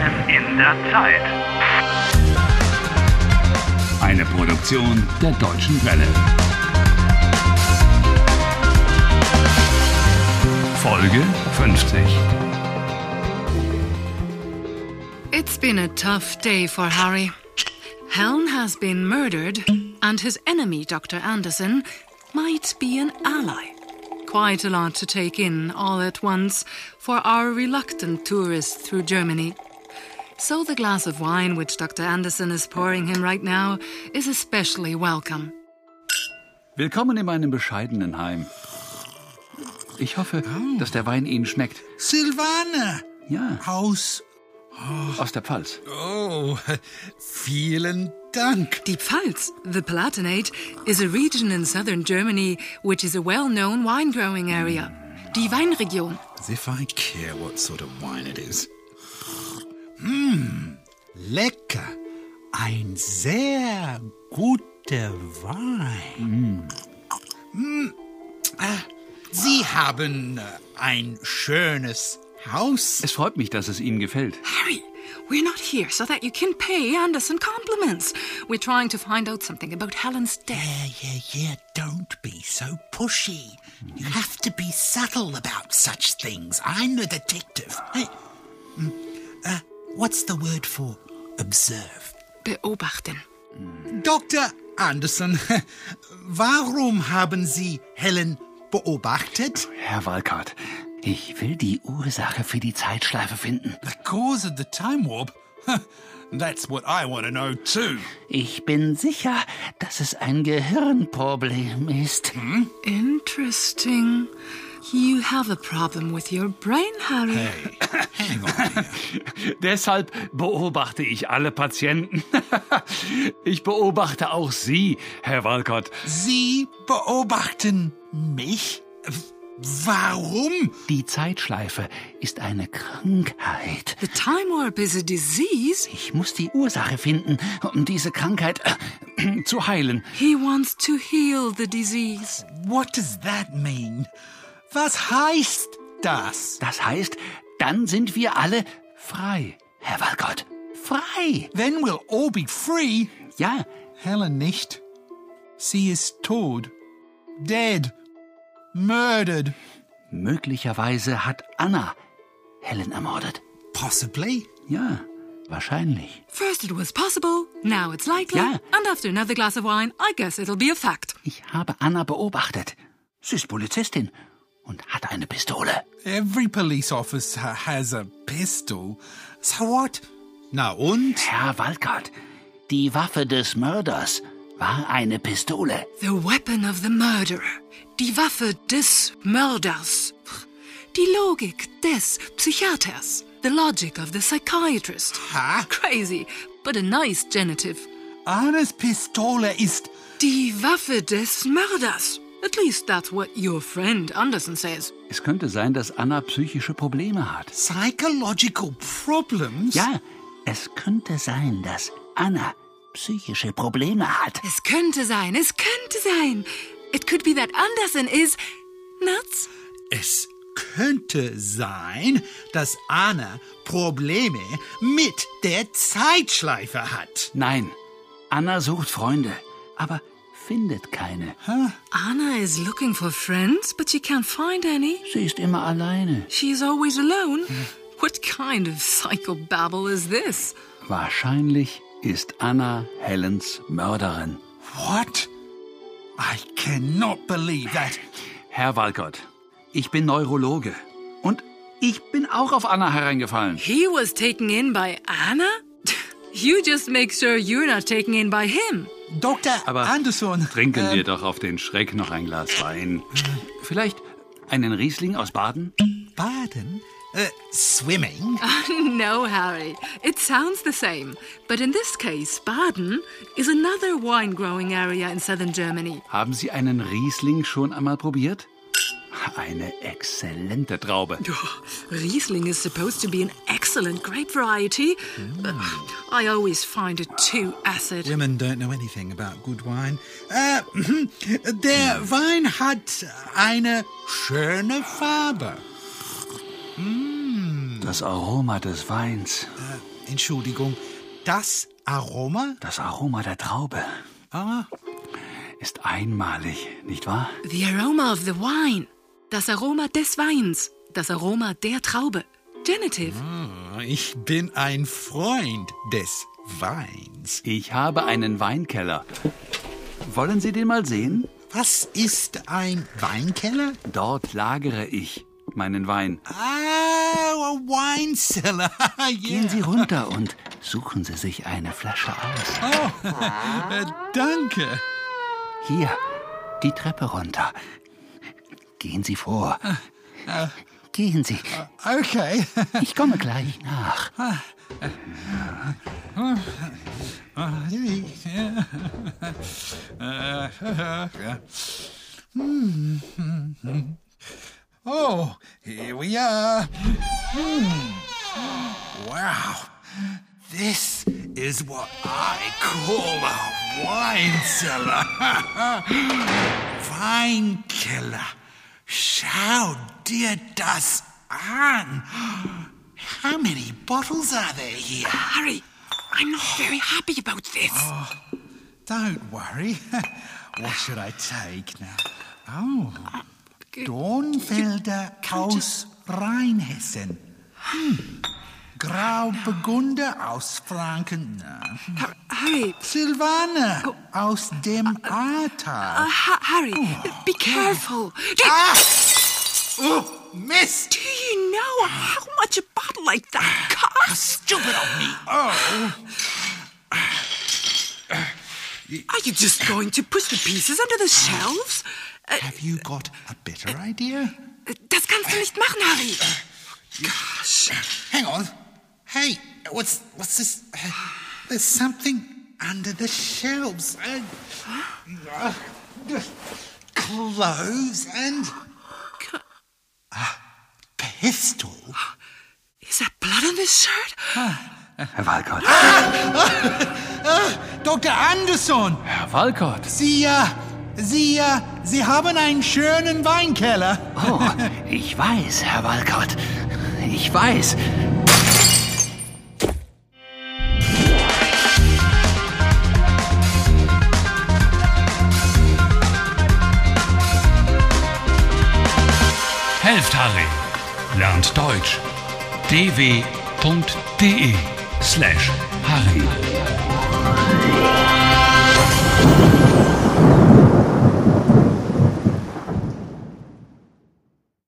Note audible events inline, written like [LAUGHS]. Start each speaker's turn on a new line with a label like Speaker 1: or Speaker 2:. Speaker 1: der Zeit.
Speaker 2: Eine Produktion der Deutschen Welle. Folge 50.
Speaker 3: It's been a tough day for Harry. Helm has been murdered, and his enemy, Dr. Anderson, might be an ally. Quite a lot to take in all at once for our reluctant tourist through Germany. So, the glass of wine which Dr. Anderson is pouring him right now is especially welcome.
Speaker 2: Willkommen in meinem bescheidenen Heim. Ich hoffe, dass der Wein Ihnen schmeckt.
Speaker 4: Silvane!
Speaker 2: Ja,
Speaker 4: Haus.
Speaker 2: aus der Pfalz.
Speaker 4: Oh, vielen Dank.
Speaker 3: Die Pfalz, the Palatinate, is a region in southern Germany which is a well known wine growing area. Die Weinregion.
Speaker 4: As if I care what sort of wine it is. Mmm, lecker. Ein sehr guter Wein. Mm. Ah, Sie haben äh, ein schönes Haus.
Speaker 2: Es freut mich, dass es Ihnen gefällt.
Speaker 3: Harry, we're not here so that you can pay Anderson compliments. We're trying to find out something about Helen's death.
Speaker 4: Yeah, yeah, yeah. Don't be so pushy. You have to be subtle about such things. I'm the detective. Hey, mm, uh, what's the word for observe?
Speaker 3: Beobachten.
Speaker 4: Dr. Anderson, [LAUGHS] warum haben Sie Helen beobachtet?
Speaker 2: Herr Walcott, ich will die Ursache für die Zeitschleife finden.
Speaker 4: The cause of the time warp? [LAUGHS] That's what I want to know too.
Speaker 2: Ich bin sicher, dass es ein Gehirnproblem ist.
Speaker 3: Interesting. You have a problem with your brain, Harry.
Speaker 4: [COUGHS] Hang on. here.
Speaker 2: Deshalb beobachte ich alle Patienten. [LAUGHS] ich beobachte auch Sie, Herr Walcott.
Speaker 4: Sie beobachten mich? Warum?
Speaker 2: Die Zeitschleife ist eine Krankheit.
Speaker 3: The time warp is a disease.
Speaker 2: Ich muss die Ursache finden, um diese Krankheit äh, [CLEARS THROAT] zu heilen.
Speaker 3: He wants to heal the disease.
Speaker 4: What does that mean? Was heißt das?
Speaker 2: Das heißt, dann sind wir alle frei, Herr Walcott. Frei.
Speaker 4: Then we'll all be free.
Speaker 2: Ja,
Speaker 4: Helen nicht. Sie ist tot. Dead. Murdered.
Speaker 2: möglicherweise hat Anna Helen ermordet.
Speaker 4: Possibly.
Speaker 2: Ja, wahrscheinlich.
Speaker 3: First it was possible, now it's likely.
Speaker 2: Yeah.
Speaker 3: And after another glass of wine, I guess it'll be a fact.
Speaker 2: Ich habe Anna beobachtet. Sie ist Polizistin und hat eine Pistole.
Speaker 4: Every police officer has a pistol. So what? Na und?
Speaker 2: Herr Walcott, die Waffe des Mörders war eine Pistole.
Speaker 3: The weapon of the murderer. Die Waffe des Mörders. Die Logik des Psychiaters. The logic of the psychiatrist.
Speaker 4: Ha?
Speaker 3: Crazy, but a nice genitive.
Speaker 4: Annas Pistole ist.
Speaker 3: Die Waffe des Mörders. At least that's what your friend Anderson says.
Speaker 2: Es könnte sein, dass Anna psychische Probleme hat.
Speaker 4: Psychological problems?
Speaker 2: Ja, es könnte sein, dass Anna psychische Probleme hat.
Speaker 3: Es könnte sein, es könnte sein. It could be that Anderson is nuts.
Speaker 4: Es könnte sein, dass Anna Probleme mit der Zeitschleife hat.
Speaker 2: Nein, Anna sucht Freunde, aber findet keine.
Speaker 3: Anna is looking for friends, but she can't find any.
Speaker 2: Sie ist immer alleine.
Speaker 3: She's always alone. What kind of psychobabble is this?
Speaker 2: Wahrscheinlich ist Anna Helens Mörderin.
Speaker 4: What? I cannot believe that.
Speaker 2: Herr Walcott, ich bin Neurologe und ich bin auch auf Anna hereingefallen.
Speaker 3: He was taken in by Anna? [LAUGHS] you just make sure you're not taken in by him. [LAUGHS]
Speaker 4: Dr.
Speaker 2: Aber
Speaker 4: Anderson.
Speaker 2: Trinken
Speaker 4: ähm,
Speaker 2: wir doch auf den Schreck noch ein Glas Wein. Vielleicht einen Riesling aus Baden?
Speaker 4: Baden? Äh, swimming?
Speaker 3: no, Harry. It sounds the same. But in this case, Baden is another wine growing area in southern Germany.
Speaker 2: Haben Sie einen Riesling schon einmal probiert? Eine exzellente Traube.
Speaker 3: Oh, Riesling is supposed to be an excellent grape variety, but I always find it too acid.
Speaker 4: Women don't know anything about good wine. Äh, der
Speaker 2: Hm.
Speaker 4: Wein hat eine schöne Farbe.
Speaker 2: Das Aroma des Weins.
Speaker 4: Entschuldigung, das Aroma?
Speaker 2: Das Aroma der Traube
Speaker 4: Ah,
Speaker 2: ist einmalig, nicht wahr?
Speaker 3: The aroma of the wine. Das Aroma des Weins. Das Aroma der Traube. Genitive.
Speaker 4: ich bin ein Freund des Weins.
Speaker 2: Ich habe einen Weinkeller. Wollen Sie den mal sehen?
Speaker 4: Was ist ein Weinkeller?
Speaker 2: Dort lagere ich meinen Wein.
Speaker 4: Ah, a wine cellar. [LAUGHS]
Speaker 2: Gehen
Speaker 4: yeah.
Speaker 2: Sie runter und suchen Sie sich eine Flasche aus.
Speaker 4: Äh, danke.
Speaker 2: Hier, die Treppe runter. Gehen Sie vor. Gehen Sie.
Speaker 4: Okay.
Speaker 2: Ich komme gleich nach.
Speaker 4: [LAUGHS] Oh, here we are. Hmm. Wow. This is what I call a wine cellar. [LAUGHS] wine killer. Schau dir das an. How many bottles are there here?
Speaker 1: Harry, I'm not very happy about this.
Speaker 4: Don't worry. [LAUGHS] what should I take now? Oh, Dornfelder aus Rheinhessen. Hm. Grauburgunder aus Franken.
Speaker 1: Har- Harry,
Speaker 4: Silvaner aus dem Ahrtal. Ah!
Speaker 1: uh, ha- Harry, be careful. Do,
Speaker 4: Oh, Mist!
Speaker 1: do you know how much a bottle like that costs?
Speaker 4: Stupid of me. Oh,
Speaker 1: Are you just going to push the pieces under the shelves? Äh,
Speaker 4: have you got a better idea?
Speaker 1: das kannst du nicht machen, Harry.
Speaker 4: Hang on. Hey, what's what's this? There's something under the shelves. Uh, uh, clothes and
Speaker 1: C-
Speaker 4: pistol.
Speaker 1: Is that blood on this shirt?
Speaker 2: Herr Walcott.
Speaker 4: Dr. Anderson,
Speaker 2: Herr Walcott.
Speaker 4: Sie, äh, Sie, äh, Sie haben einen schönen Weinkeller.
Speaker 2: Oh, ich weiß, Herr Walcott. Ich weiß.
Speaker 5: Helft Harry. Lernt Deutsch. dw.de slash Harry.